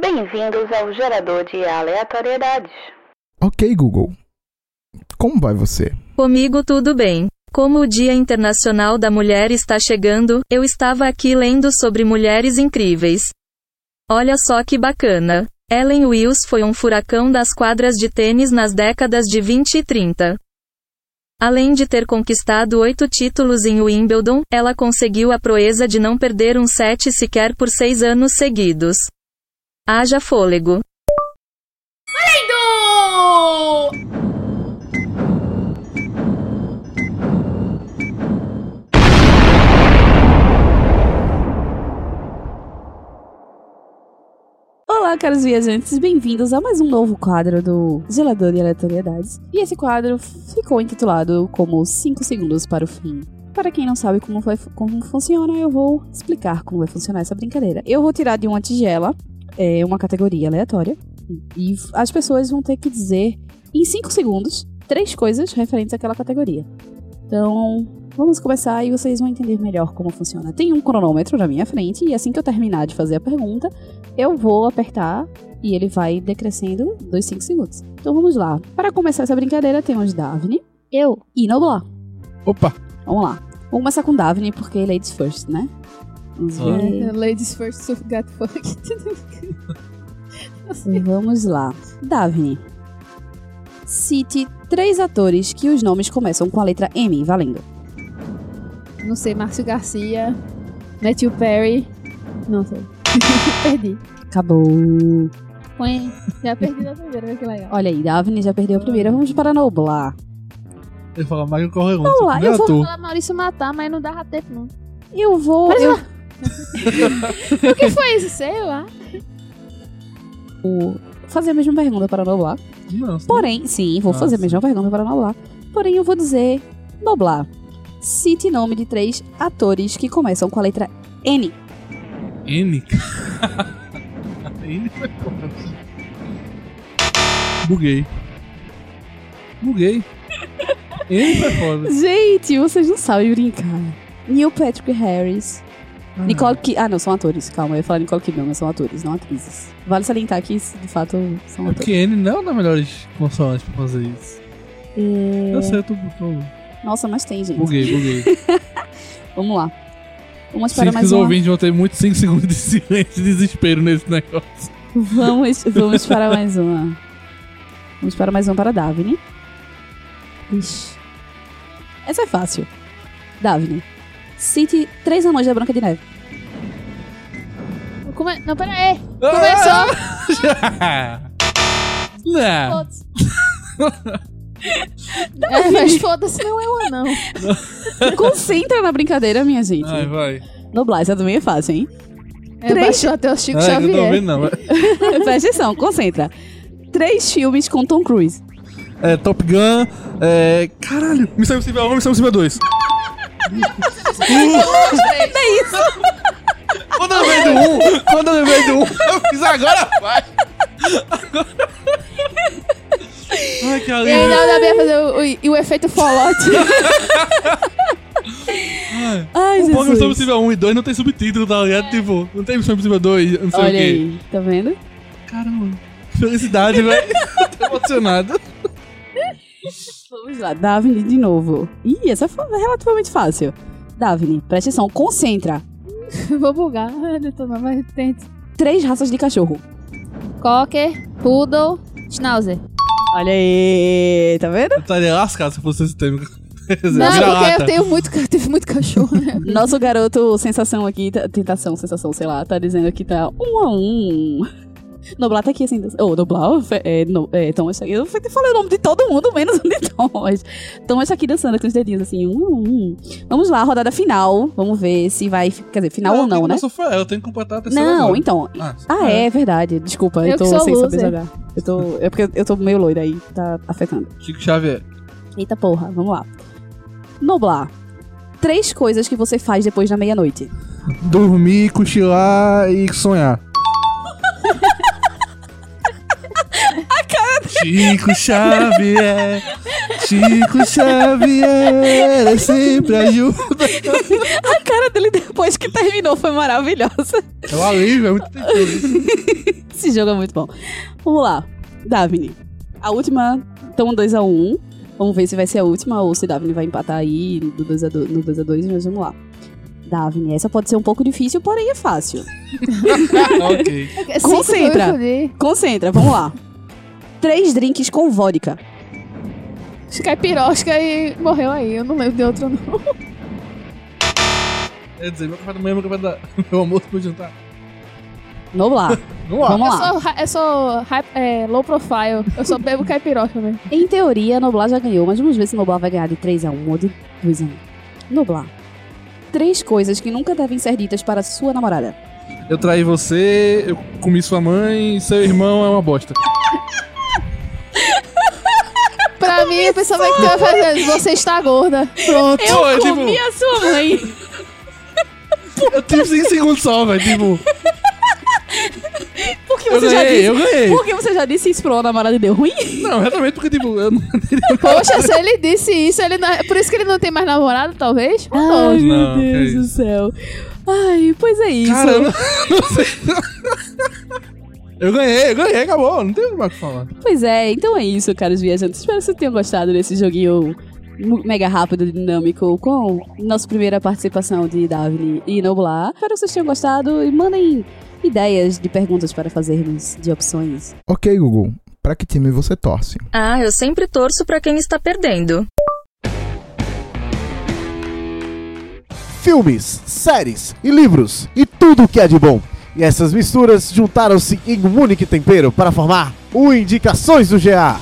Bem-vindos ao gerador de aleatoriedades. Ok, Google. Como vai você? Comigo tudo bem. Como o Dia Internacional da Mulher está chegando, eu estava aqui lendo sobre mulheres incríveis. Olha só que bacana. Ellen Wills foi um furacão das quadras de tênis nas décadas de 20 e 30. Além de ter conquistado oito títulos em Wimbledon, ela conseguiu a proeza de não perder um set sequer por seis anos seguidos. Haja fôlego. Olá, caros viajantes, bem-vindos a mais um novo quadro do Zelador de Aleatoriedades. E esse quadro ficou intitulado como 5 segundos para o fim. Para quem não sabe como, vai, como funciona, eu vou explicar como vai funcionar essa brincadeira. Eu vou tirar de uma tigela é, uma categoria aleatória e as pessoas vão ter que dizer em 5 segundos três coisas referentes àquela categoria. Então, vamos começar e vocês vão entender melhor como funciona. Tem um cronômetro na minha frente e assim que eu terminar de fazer a pergunta, eu vou apertar e ele vai decrescendo dos 5 segundos. Então vamos lá. Para começar essa brincadeira, temos Daphne, eu e Noblar. Opa! Vamos lá. Vamos começar com Daphne, porque ladies first, né? Vamos É, ver. Ladies first, so got fucked. Vamos lá. Daphne. Cite três atores que os nomes começam com a letra M, valendo. Não sei, Márcio Garcia, Matthew Perry. Não sei. perdi. Acabou. Já perdi na primeira, olha que legal. Olha aí, Daphne já perdeu a primeira. Vamos para Noblar. Ele fala Mário Corleone, Vamos seu lá, é primeiro eu vou ator. Fala Maurício matar, mas não dava tempo, não. Eu vou. Mas Eu, O que foi isso, sei lá? fazer a mesma pergunta para Noblar. Não, você Porém, Ah, sim, vou fazer a Nossa. mesma pergunta para Noblar. Porém, eu vou dizer Noblar. Cite nome de três atores que começam com a letra N. não- N. N foi forte. Buguei. Buguei. N foi foda. Gente, vocês não sabem brincar. Neil Patrick Harris. Nicole Ki... Ah, não, são atores. Calma, eu ia falar Nicole Kidman, mas são atores, não atrizes. Vale salientar que, de fato, são É atores. porque N não é uma das melhores consoantes pra fazer isso. Eu sei, eu tô, tô- Nossa, mas tem, gente. Buguei, buguei. Vamos lá. Vamos para Sinto que mais os uma. ouvintes vão ter muitos 5 segundos de silêncio e desespero nesse negócio. Vamos, vamos para mais uma. Vamos para mais uma para a Daphne. Ixi. Essa é fácil. Daphne. Cite três anões da Branca de Neve. Come... Não, pera aí. Começou. Não. Foda-se. é, mas foda-se, não é uma, não. Concentra na brincadeira, minha gente. Ai, vai. Noblar, essa também é fácil, hein? É, Três. baixou até o Chico Ai, eu tô Xavier. vendo, não. Presta atenção, concentra. Três filmes com Tom Cruise. É, Top Gun, é. Caralho! Missão Impossível 1, Missão Impossível 2. É isso. Quando eu lembrei do 1, quando eu lembrei do 1, eu fiz agora vai! Ai, que E aí, alegria! não, dá pra fazer o, o, e o efeito folote. Ai, O bom que Missão Jesus. Impossível 1 e 2 não tem subtítulo, tá ligado? Tipo, não tem Missão Impossível 2, eu não sei Olha o quê. aí, tá vendo? Caramba! Felicidade, velho! Tô emocionado. Vamos lá, Daphne de novo. Ih, essa foi relativamente fácil. Daphne, presta atenção, concentra. Vou bugar. Olha, tô não, mas tente. Três raças de cachorro. Cocker, Poodle, Schnauzer. Olha aí, tá vendo? Eu estaria lascado se fosse esse tema. Não, porque Vira-lata. eu tenho muito, eu tive muito cachorro, né? Nosso garoto sensação aqui, tá- tentação, sensação, sei lá, tá dizendo que tá um a um. Noblar tá aqui, assim. Ô, Noblar, ó, fe- é, no, é, Thomas tá aqui. Eu fe- falei o nome de todo mundo, menos o de Thomas. Thomas tá aqui dançando com os dedinhos, assim, um a um. Vamos lá, rodada final. Vamos ver se vai. Quer dizer, final ou não, né? Eu, sou fã, eu tenho que completar a terceira. Não, agora. então. Ah, Ah, é, verdade. Desculpa, eu, Eu tô que sou sem saber loser. jogar. Eu tô, é porque eu tô meio loira aí, tá afetando. Chico Xavier. Eita porra, vamos lá. Noblar. Três coisas que você faz depois da meia-noite. Dormir, cochilar e sonhar. Chico Xavier, Chico Xavier, ele sempre ajuda. A cara dele depois que terminou foi maravilhosa. É um alívio, é muito tranquilo. Esse jogo é muito bom. Vamos lá. Davine. A última, então 2x1. Vamos ver se vai ser a última ou se Davine vai empatar aí do 2 a 2, no 2x2, mas vamos lá. Davine, essa pode ser um pouco difícil, porém é fácil. ok. É cinco Concentra. que eu escolhi. Concentra, vamos lá. Três drinks com vodka. Acho que é pirosca e morreu aí. Eu não lembro de outro, não. Quer dizer, meu café da manhã, meu café da. Meu almoço, meu jantar. Vamos lá. Vamos lá. Vamos eu, lá. Sou, ra- eu sou ra- é, low profile. Eu só bebo caipirosca mesmo. Em teoria, Noblar já ganhou, mas vamos ver se Noblar vai ganhar de 3x1 ou de 2x1. Noblar. Três coisas que nunca devem ser ditas para sua namorada. Eu traí você, eu comi sua mãe, seu irmão é uma bosta. Pra mim, a pessoa vai ter fazer. Você está gorda. Pronto. é, tipo, a sua mãe. eu tive 5 segundos só, velho. Tipo, Porque eu você já ganhei, disse. eu ganhei. Porque você já disse isso pra uma namorada e deu ruim? Não, realmente porque, tipo, eu não. Poxa, se ele disse isso, ele não... é, por isso que ele não tem mais namorado, talvez? Ou não? Ai, meu Não, que Deus do isso. céu. Ai, pois é isso. Cara, eu não, não sei. Eu ganhei, eu ganhei, acabou. Não tem mais o que falar. Pois é, então é isso, caros viajantes. Espero que vocês tenham gostado desse joguinho mu- mega rápido, dinâmico, com nossa primeira participação de Davine e Noblar. Espero que vocês tenham gostado e mandem ideias de perguntas para fazermos, de opções. Ok, Google. Pra que time você torce? Ah, eu sempre torço pra quem está perdendo. filmes, séries e livros e tudo o que é de bom. E essas misturas juntaram-se em um único tempero para formar o Indicações do GA.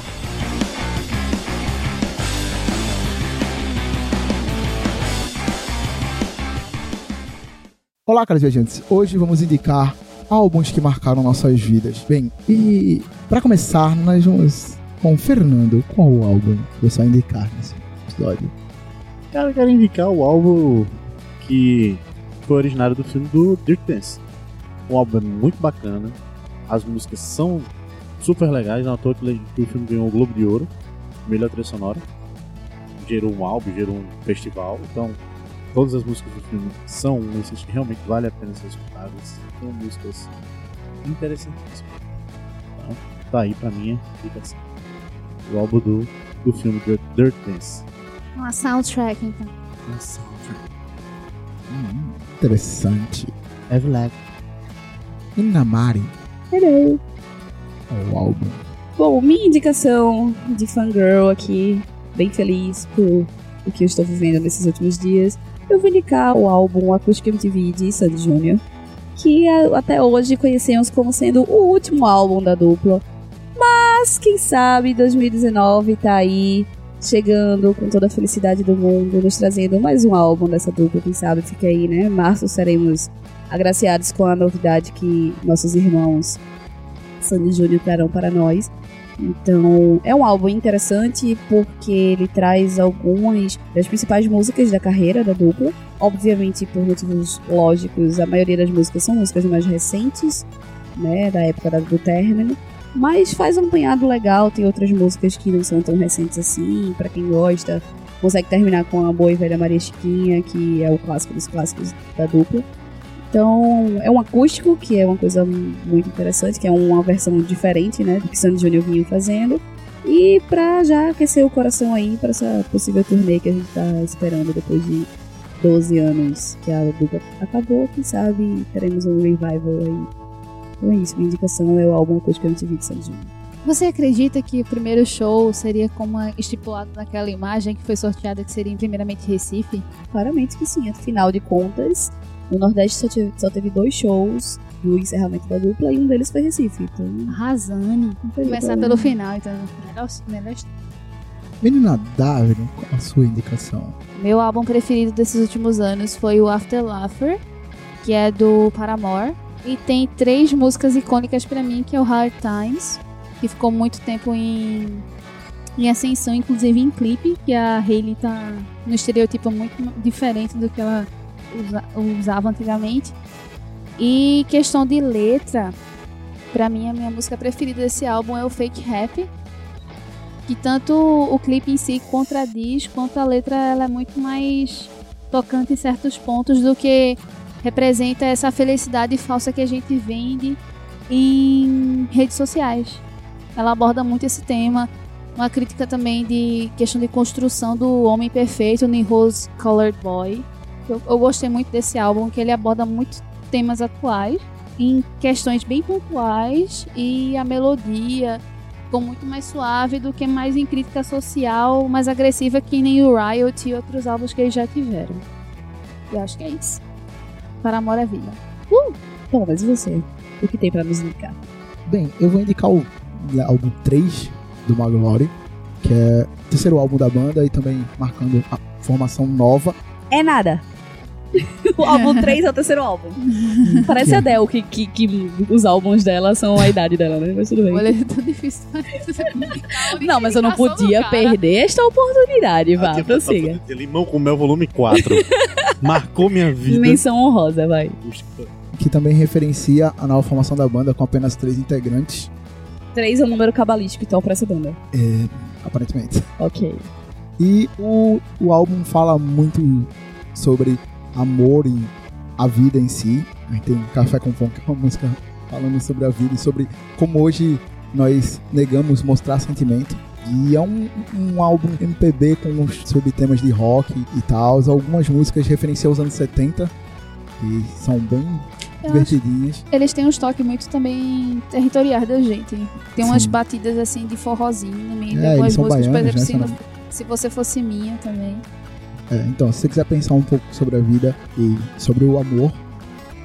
Olá, caros viajantes. Hoje vamos indicar álbuns que marcaram nossas vidas. Bem, e pra começar, nós vamos com o Fernando. Qual o álbum que você vai indicar nesse episódio? Cara, eu quero indicar o álbum que foi originário do filme do Dirk Dance. Um álbum muito bacana, as músicas são super legais, na toa que ele- que o filme ganhou o Globo de Ouro, melhor trilha sonora. Gerou um álbum, gerou um festival, então todas as músicas do filme são músicas que realmente vale a pena ser escutadas, são músicas interessantíssimas. Então, tá aí pra minha indicação. O álbum do, do filme The Dirt Dance. Uma soundtrack, então. Nossa, Hum, interessante. Evelyn. Inamari. Hello. O álbum. Bom, minha indicação de fangirl aqui, bem feliz por o que eu estou vivendo nesses últimos dias, eu vou indicar o álbum Acoustic MTV de Sandy Jr., que a- até hoje conhecemos como sendo o último álbum da dupla. Mas, quem sabe, 2019 tá aí, chegando com toda a felicidade do mundo, nos trazendo mais um álbum dessa dupla, quem sabe fica aí, né? Em março seremos agraciados com a novidade que nossos irmãos Sandy Júnior trarão para nós. Então, é um álbum interessante porque ele traz algumas das principais músicas da carreira da dupla. Obviamente, por motivos lógicos, a maioria das músicas são músicas mais recentes, né, da época da- do término. Mas faz um apanhado legal, tem outras músicas que não são tão recentes assim, para quem gosta. Consegue terminar com a boa e velha Maria Chiquinha, que é o clássico dos clássicos da dupla. Então, é um acústico, que é uma coisa muito interessante, que é uma versão diferente, né, do que Sandy Júnior vinha fazendo. E pra já aquecer o coração aí pra essa possível turnê que a gente tá esperando depois de 12 anos que a dupla acabou, quem sabe teremos um revival aí. Então é isso, minha indicação é o álbum Acústico MTV de Sandy Júnior. Ah, Você acredita que o primeiro show seria como estipulado naquela imagem que foi sorteada, que seria em primeiramente Recife? Claramente que sim, afinal de contas, no Nordeste só teve, só teve dois shows do encerramento da dupla e um deles foi Recife. Então, Arrasando. não teve Começar problema. pelo final, então. Melhor, melhor Menina Davine, qual a sua indicação? Meu álbum preferido desses últimos anos foi o After Laughter, que é do Paramore. E tem três músicas icônicas pra mim, que é o Hard Times, que ficou muito tempo em, em ascensão, inclusive em clipe, que a Hailey tá num estereotipo muito diferente do que ela usa- usava antigamente. E questão de letra, pra mim a minha música preferida desse álbum é o Fake Happy, que tanto o clipe em si contradiz, quanto a letra ela é muito mais tocante em certos pontos do que representa essa felicidade falsa que a gente vende em redes sociais. Ela aborda muito esse tema. Uma crítica também de questão de construção do homem perfeito, o Rose Colored Boy. Eu, eu gostei muito desse álbum, que ele aborda muito temas atuais, em questões bem pontuais, e a melodia ficou muito mais suave do que mais em crítica social, mais agressiva que nem o Riot e outros álbuns que eles já tiveram. Eu acho que é isso. Para amor à vida. Bom, mas e você? O que tem pra nos indicar? Bem, eu vou indicar o né, álbum 3 do Maglore, que é o terceiro álbum da banda e também marcando a formação nova. É nada. O álbum 3 é o terceiro álbum. Parece a Del, que, que, que os álbuns dela são a idade dela, né? Mas tudo bem. Olha, é tão difícil. Não, mas eu não podia perder esta oportunidade, Ah, vá, tinha prossiga. botado de Limão com Mel, volume 4. Marcou minha vida. Menção honrosa, vai. que também referencia a nova formação da banda com apenas três integrantes, 3 é um número cabalístico, então, pra essa banda. é, aparentemente. Ok. E o, o álbum fala muito sobre amor e a vida em si. Aí tem Café com Pão, que é uma música falando sobre a vida e sobre como hoje nós negamos mostrar sentimento. E é um, um álbum MPB com uns subtemas de rock e tal. Algumas músicas referenciam os anos 70, que são bem Eu acho divertidinhas. Eles têm um estoque muito também territorial da gente. Tem umas Sim. batidas assim de forrozinho no meio, É, tem eles algumas são músicas, por baianos, exemplo, né, se, não- se você fosse minha também. É, então, se você quiser pensar um pouco sobre a vida e sobre o amor,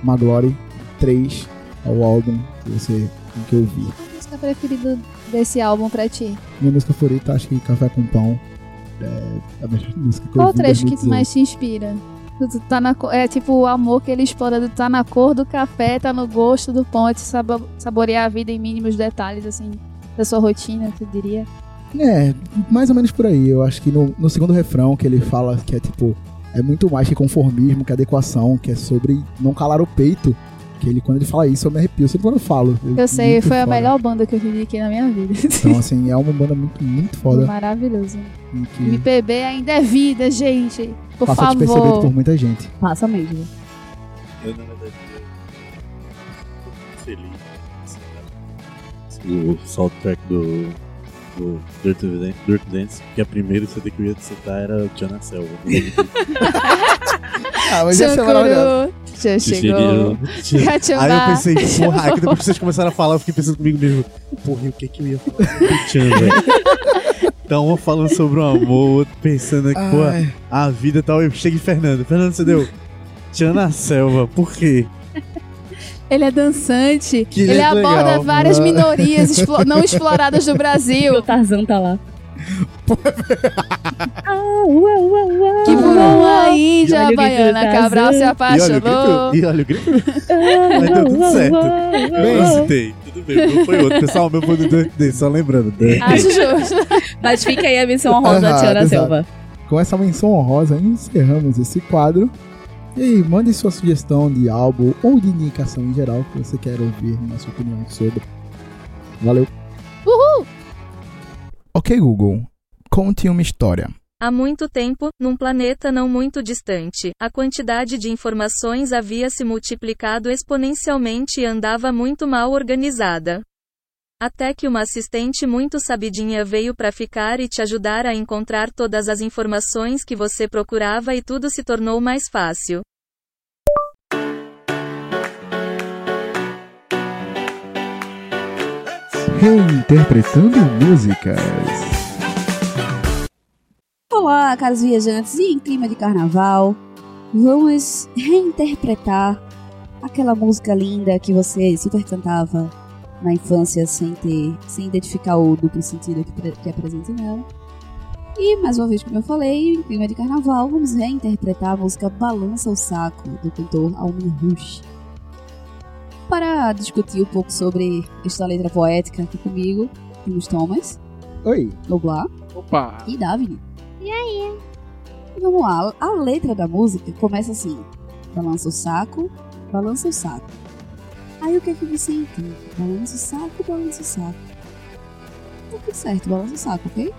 Maglory 3 é o álbum que você tem que ouvir. Qual a música preferida desse álbum pra ti? Minha música favorita, acho que Café com Pão é a melhor música que eu Qual o ouvi em é trecho que 2018. mais te inspira? Tu- tu Tá na, co- é tipo o amor que ele explora, do- tá na cor do café, tá no gosto do pão, é de sabo- saborear a vida em mínimos detalhes, assim, da sua rotina, tu diria. É, mais ou menos por aí. Eu acho que no, no segundo refrão que ele fala que é tipo, é muito mais que conformismo, que adequação, que é sobre não calar o peito. Que ele, quando ele fala isso, eu me arrepio. Sempre quando eu falo. Eu sei, muito foi a foda. melhor banda que eu indiquei na minha vida. Então, assim, é uma banda muito, muito foda. Maravilhoso. e Que MPB ainda é vida, gente. Por passa despercebido favor. por muita gente. Passa mesmo. Eu, na verdade, eu tô muito feliz. assim, né? O soundtrack do, do Dirt, Dan- Dirt Dance, que é a primeira CD que eu ia citar era Tiana Selva. Ah, mas essa é maravilhosa. Chocuru, já chegou. Seria- Então Aí eu Cachambá. pensei, porra, aí que depois que vocês começaram a falar, eu fiquei pensando comigo mesmo, porra, e o que que eu ia falar do Tchan, velho? Então, uma falando sobre o amor, outro pensando aqui, porra, Ai, a vida e tal, eu chego em Fernando. Fernando, você deu Tchan na selva, por quê? Ele é dançante. Que ele legal, aborda mano. várias minorias explo- não exploradas do Brasil. O Tarzan tá lá. ah, ué, ué, ué. Que voou E a olha Índia, o grito do Baiana Tarzan. Cabral se E olha o apaixonou. grito, e olha o grito, Ah, mas deu tudo ué, certo. ué, ué, Bem, ué. citei, tudo bem, o meu foi outro. Pessoal, o meu foi do Dirt Dance, só lembrando. né? Acho justo. Mas fica aí a missão honrosa da Ah, Errado, Tiana exato. Selva. com essa menção honrosa, encerramos esse quadro. E aí, mandem sua sugestão de álbum ou de indicação em geral que você quer ouvir nossa opinião sobre. Valeu. Uhul! Ok, Google. Conte uma história. Há muito tempo, num planeta não muito distante, a quantidade de informações havia se multiplicado exponencialmente e andava muito mal organizada. Até que uma assistente muito sabidinha veio para ficar e te ajudar a encontrar todas as informações que você procurava e tudo se tornou mais fácil. Reinterpretando músicas. Olá, caros viajantes, e em clima de carnaval, vamos reinterpretar aquela música linda que você super cantava na infância sem ter, sem identificar o duplo sentido que, pre- que é presente nela. E mais uma vez, como eu falei, em clima de carnaval, vamos reinterpretar a música Balança o Saco, do cantor Almin Rush. Para discutir um pouco sobre esta letra poética aqui comigo, temos Thomas, Oi. Noblar, Opa! e Davine. E aí? Vamos lá, a letra da música começa assim: balança o saco, balança o saco. Aí o que é que você entende? Balança o saco, balança o saco. Tá tudo certo, balança o saco, ok?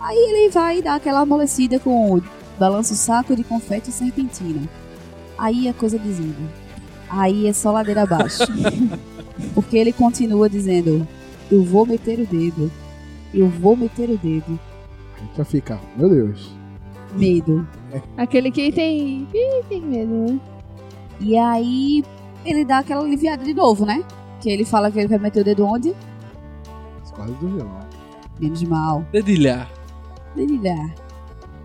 Aí ele vai dar aquela amolecida com o balança o saco de confete e serpentina. Aí a coisa dizendo. Aí é só ladeira abaixo. Porque ele continua dizendo: Eu vou meter o dedo. Eu vou meter o dedo. Já fica, meu Deus. Medo. Aquele que tem. Ih, tem medo, né? E aí ele dá aquela aliviada de novo, né? Que ele fala que ele vai meter o dedo onde? Isso Quase do violão. Menos mal. Dedilhar. Dedilhar.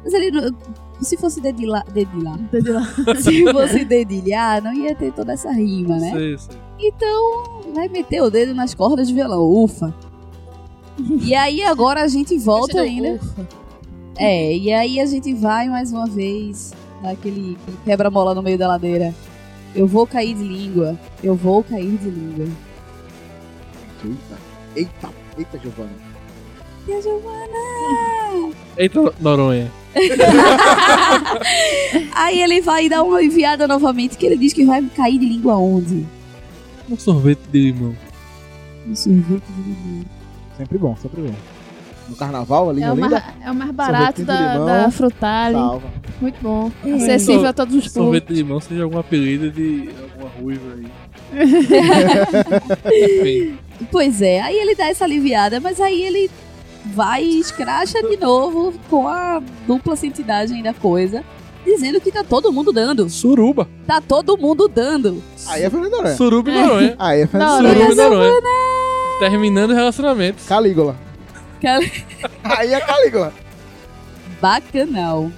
Mas ele não. Se fosse dedila, dedilar. se fosse dedilhar, não ia ter toda essa rima, né? Sei, sei. Então, vai meter o dedo nas cordas de violão. Ufa. E aí agora a gente volta ainda. É, e aí a gente vai mais uma vez naquele aquele quebra-mola no meio da ladeira. Eu vou cair de língua. Eu vou cair de língua. Eita, eita, eita, Giovana. E a Giovana? Eita, Noronha. Aí ele vai dar uma enviada novamente que ele diz que vai cair de língua onde? Um sorvete de limão. No sorvete de limão. Sempre bom, sempre bom. No carnaval, ali É o, no mais, Olinda, é o mais barato Sorvetinho de da, limão. da frutale. salva. Muito bom. Hum. Acessível a todos os públicos. Sorvete de limão seja algum apelido de alguma ruiva aí. Enfim, Pois é, aí ele dá essa aliviada, mas aí ele vai e escracha de novo com a dupla sentidagem da coisa, dizendo que tá todo mundo dando. Suruba. Tá todo mundo dando. Aí é Fernando Noronha. Suruba e Noronha. Aí é Não, Fernando Suruba Noronha. e Noronha. Terminando o relacionamento. Calígula. Cali- Aí é Calígula. Bacanal.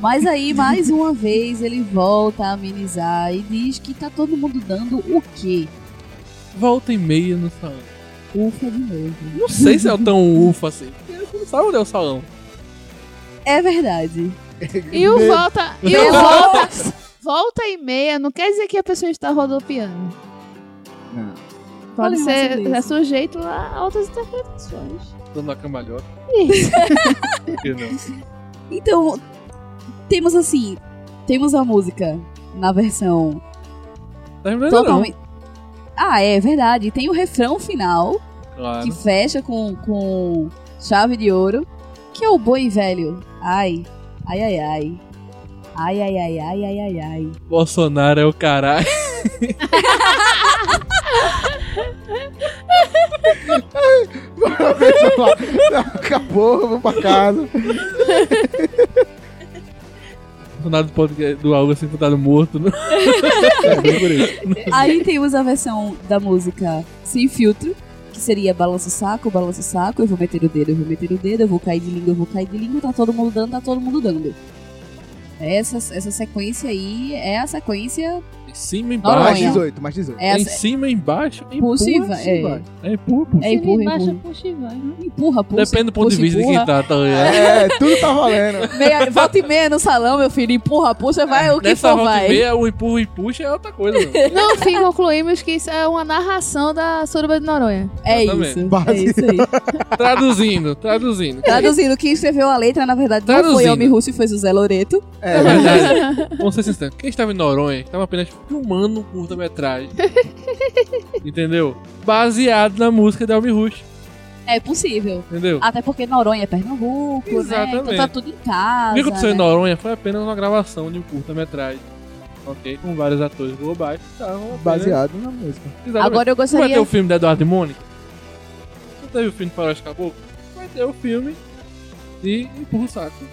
Mas aí, mais uma vez, ele volta a amenizar e diz que tá todo mundo dando o quê? Volta e meia no salão. Ufa de novo. Não sei se é tão ufa assim. porque Você não sabe onde é o salão. É verdade. E o Medo. volta. E o volta. Volta e meia não quer dizer que a pessoa está rodopiando. Não. Pode Olha, ser nossa, é sujeito a altas interpretações. Dando a cambalhota. Isso. Por que não? Então, temos assim, temos a música na versão Terminando Totalmente. totalmente... Ah, é verdade. Tem o refrão final, não. que Claro. fecha com, com chave de ouro, que é o boi velho. Ai, ai, ai, ai. Ai, ai, ai, ai, ai, ai, ai. Bolsonaro é o caralho. Não, Acabou, eu vou pra casa. Bolsonaro do, podcast, do Algo assim, botado morto. né? É, bem por isso. Aí temos a versão da música sem filtro, que seria balança o saco, balança o saco, eu vou meter o dedo, eu vou meter o dedo, eu vou cair de língua, eu vou cair de língua, tá todo mundo dando, tá todo mundo dando. Essa, essa sequência aí é a sequência. Em cima, Mais embaixo. Noronha. 18, mais 18. É a, em cima, embaixo. Puxa e empurra, vai, sim, é. vai. É, empurra, puxa. é empurra, Baixa, empurra. puxa e vai. né? Empurra, puxa. Depende do ponto puxa, de vista de empurra. quem tá, tá ligado? É, tudo tá valendo. Meia, volta e meia no salão, meu filho. Empurra, puxa, vai o que Nessa for, volta e vai. meia, o empurra e puxa é outra coisa. mano. Não, enfim, concluímos que isso é uma narração da Suruba de Noronha. É Exatamente. isso. É Base. isso aí. traduzindo, traduzindo. Traduzindo, quem escreveu a letra, na verdade, não foi Traduzindo. Homem Russo e foi José Loreto. É, verdade. Vamos ser sinceros. Quem estava em Noronha estava apenas filmando um curta-metragem. entendeu? Baseado na música da Almi Rush. É possível. Entendeu? Até porque Noronha é Pernambuco, né? Então Exatamente. tá tudo em O casa. que aconteceu em né? Noronha foi apenas uma gravação de um curta-metragem. Ok? Com vários atores globais que estavam apenas- baseado na música. Exatamente. Agora eu Vai ter gostaria. o filme da Eduardo e Mônica? Não teve o filme de Faroeste Caboclo? Vai ter o filme de Empurra o Saco.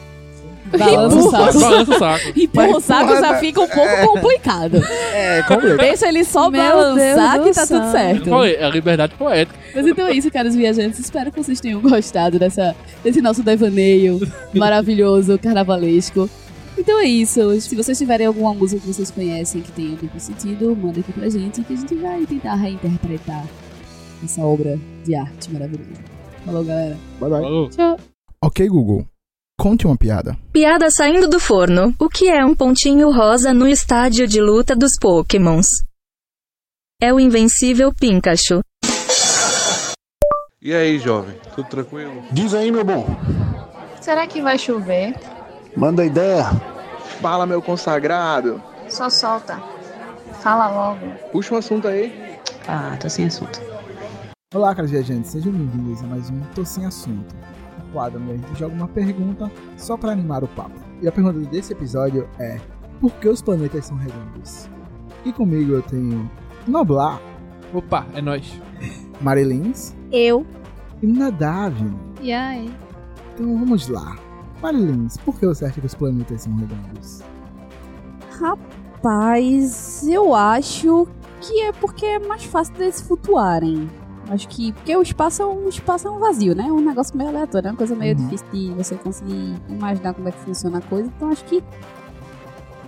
Balança o saco. Balança o Saco. Empurra o Mas saco porra, já né? fica um pouco complicado. É, completo. Deixa ele só Meu balançar Deus que do tá Eu tudo céu. certo. falei, é a liberdade poética. Mas então é isso, caros viajantes. Espero que vocês tenham gostado dessa, desse nosso devaneio maravilhoso, carnavalesco. Então é isso. Se vocês tiverem alguma música que vocês conhecem que tenha duplo sentido, manda aqui pra gente que a gente vai tentar reinterpretar essa obra de arte maravilhosa. Falou, galera. Bye bye. Falou. Tchau. Ok, Google. Conte uma piada. Piada saindo do forno. O que é um pontinho rosa no estádio de luta dos Pokémons? É o invencível Pikachu. E aí, jovem? Tudo tranquilo? Diz aí, meu bom. Será que vai chover? Manda ideia. Fala, meu consagrado. Só solta. Fala logo. Puxa um assunto aí. Ah, tô sem assunto. Olá, caros viajantes, sejam bem-vindos a mais um Tô Sem Assunto. O quadro onde a gente joga uma pergunta só para animar o papo. E a pergunta desse episódio é: Por que os planetas são redondos? E comigo eu tenho Noblar, Opa, é nóis. Marilins Eu. e Nadav. E aí? Então vamos lá. Marilins, por que você acha que os planetas são redondos? Rapaz, eu acho que é porque é mais fácil deles flutuarem. Acho que. Porque o espaço é um, o espaço é um vazio, né? É um negócio meio aleatório, é uma coisa meio Uhum. difícil de você conseguir imaginar como é que funciona a coisa. Então acho que.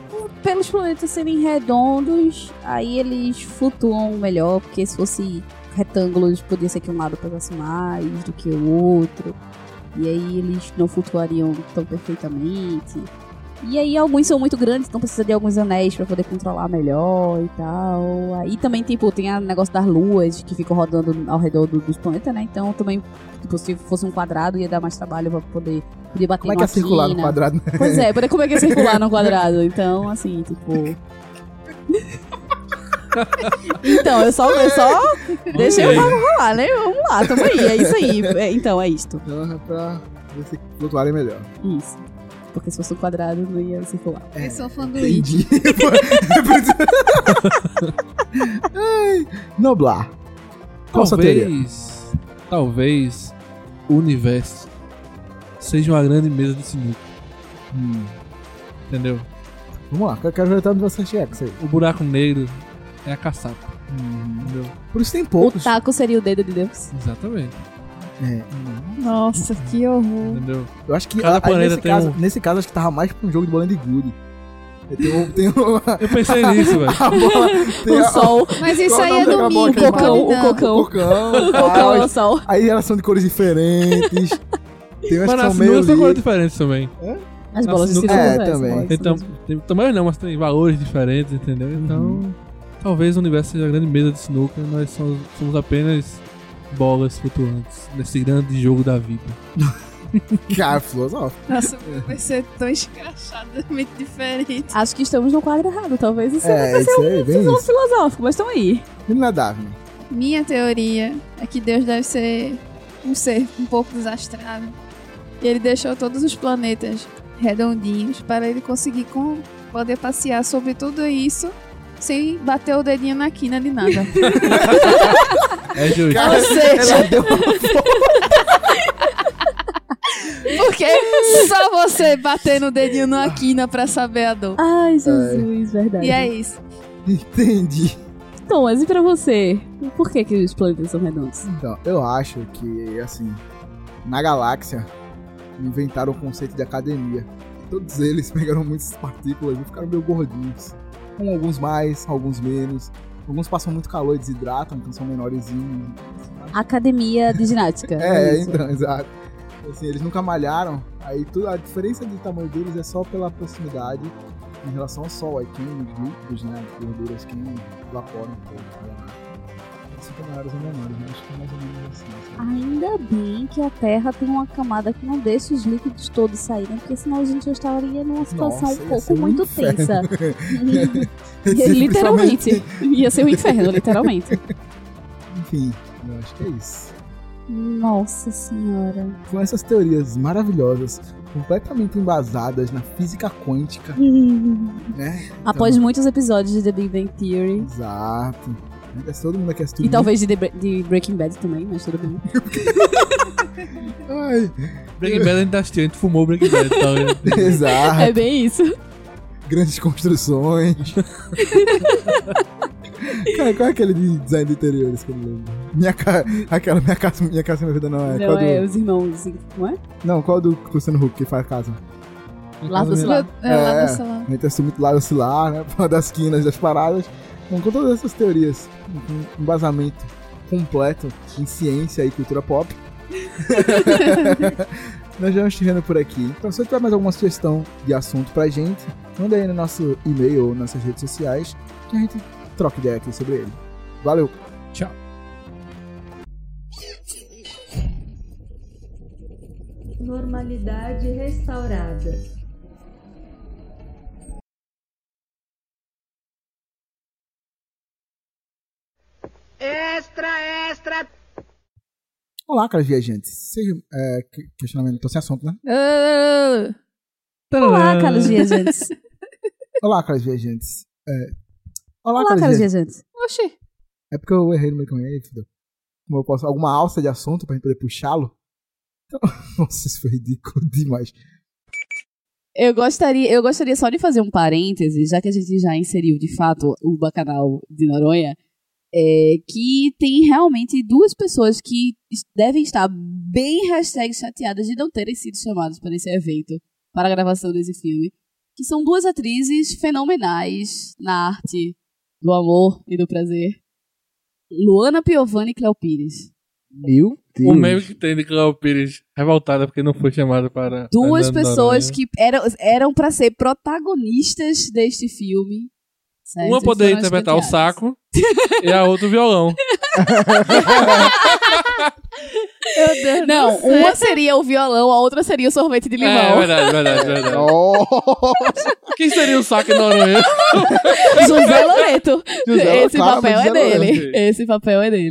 por- Pelos planetas serem redondos, aí eles flutuam melhor, porque se fosse retângulos, podia ser que um lado pegasse mais do que o outro. E aí eles não flutuariam tão perfeitamente. E aí alguns são muito grandes, então precisa de alguns anéis pra poder controlar melhor e tal. Aí também, tipo, tem o negócio das luas que ficam rodando ao redor do- dos planetas, né? Então também, tipo, se fosse um quadrado, ia dar mais trabalho pra poder, poder bater Como é que numa é circular no quina. quadrado? né? Pois é, poder- como é que é circular no quadrado? Então, assim, tipo... então, eu só, eu só deixei o Ok. papo rolar, né? Vamos lá, tamo aí, é isso aí. É, então, é isto. Então é pra ver se flutuarem melhor. Isso. Porque se fosse um quadrado, não ia circular. Eu sou fã do It. É, Entendi. Ai, Noblar. Qual sua teoria? Talvez. Talvez o universo seja uma grande mesa de sinuca, Hum, entendeu? vamos lá, que eu quero ver até onde você chega com isso aí. O buraco negro é a caçapa, Hum, entendeu? por isso tem O poucos. taco seria o dedo de Deus. Exatamente, É, hum. Nossa, que horror. entendeu? eu acho que Cada ah, aí planeta nesse, tem caso, um. nesse caso, acho que tava mais pra um jogo de bola de gude. Tem, um- tem uma, Eu pensei nisso, velho. a bola. Tem O a- sol, Mas isso Qual aí o é nome da domingo, boca, pode irmão? O não. cocô. o cocão, o cocão é tal. o sol. Aí elas são de cores diferentes. Tem umas Mas que nas são meio. sinucas tem cores li- diferentes é também. As bolas de Assim, sinuca. é, né? As também. bolas de Então, sinuca. tem, tamanho não, mas tem valores diferentes, entendeu? Então, Uhum. talvez o universo seja a grande mesa de sinuca, nós somos, somos apenas bolas flutuantes nesse grande jogo da vida. Cara, filosófico. Nossa, vai ser tão escrachado, muito diferente. Acho que estamos no quadro errado, talvez isso é, É, isso aí, bem um isso. filosófico, mas estão aí. Menina Daphne. Minha teoria é que Deus deve ser um ser um pouco desastrado. E ele deixou todos os planetas redondinhos para ele conseguir com- poder passear sobre tudo isso sem bater o dedinho na quina de nada. É justo. Cara, ela deu Porque só você batendo o dedinho na quina pra saber a dor. É. Ai, Jesus, verdade. E é isso. Entendi. Então, mas e pra você? Por que, que os planetas são redondos? Então, eu acho que, assim, na galáxia, inventaram o conceito de academia. Todos eles pegaram muitas partículas e ficaram meio gordinhos. Um, alguns mais, alguns menos. Alguns passam muito calor e desidratam, então são menorzinhos. Academia de ginástica. É, isso. então, exato. Assim, eles nunca malharam, aí tu, a diferença de tamanho deles é só pela proximidade em relação ao sol. Aí quem líquidos, né? Gorduras, quem evaporam um pouco. né? São menores ou menores, né? acho que é mais ou menos assim. assim. Ainda bem que a Terra tem uma camada que não deixa os líquidos todos saírem, porque senão a gente já estaria numa situação Nossa, um ia pouco ser um muito inferno. tensa. Esse, literalmente. principalmente- Ia ser um inferno, literalmente. Enfim, eu acho que é isso. Nossa senhora. Com essas teorias maravilhosas, completamente embasadas na física quântica, né? Após muitos episódios de The Big Bang Theory. Exato. É Todo mundo aqui assistiu E talvez de, The Bre- de Breaking Bad também, mas tudo bem. Ai, Breaking Bad a gente assistiu, a gente fumou Breaking Bad, tá vendo? exato. É bem isso. grandes construções. Cara, qual é aquele de design de interiores que eu não lembro? Minha ca... Aquela, minha casa, minha casa, minha vida não é. Não, qual é do... os irmãos, não é? não, qual do Luciano Huck que faz casa? Larga-se lá. Meu- é, lá É. no celular. Ele tem esse muito lado oscilar, né? Fala das quinas, das paradas. Então, com todas essas teorias, um embasamento completo em ciência e cultura pop. Nós vamos chegando por aqui. Então, se você tiver mais alguma sugestão de assunto pra gente, manda aí no nosso e-mail ou nossas redes sociais que a gente troca ideia aqui sobre ele. Valeu! Tchau. Normalidade restaurada. Olá, caras viajantes. Seja, é, que- questionamento, tô sem assunto, né? Ah, Olá, Carlos Viajantes. Olá, caras viajantes. É, Olá, Olá, caras Carlos viajantes. Viajantes. Oxi. É porque eu errei no meio do caminho, aí fudeu. Como eu posso, alguma alça de assunto pra gente poder puxá-lo? Então, nossa, isso foi ridículo demais. Eu gostaria, eu gostaria só de fazer um parêntese, já que a gente já inseriu de fato o bacanal de Noronha, é, que tem realmente duas pessoas que es- devem estar bem hashtag chateadas de não terem sido chamadas para esse evento, para a gravação desse filme, que são duas atrizes fenomenais na arte do amor e do prazer. Luana Piovani e Cleo Pires. Meu Deus. O meme que tem de Cléo Pires revoltada porque não foi chamada para. duas Fernando pessoas Noronha. que eram, eram para ser protagonistas deste filme. certo? Uma poder Foram interpretar o escanteadas. saco e a outra o violão. Meu Deus Não, do céu. uma seria o violão, a outra seria o sorvete de É, limão. verdade, verdade, verdade. Oh, Quem seria o saco em Noronha? José Loreto. José, Esse claro, papel José é dele. Loreto. Esse papel é dele.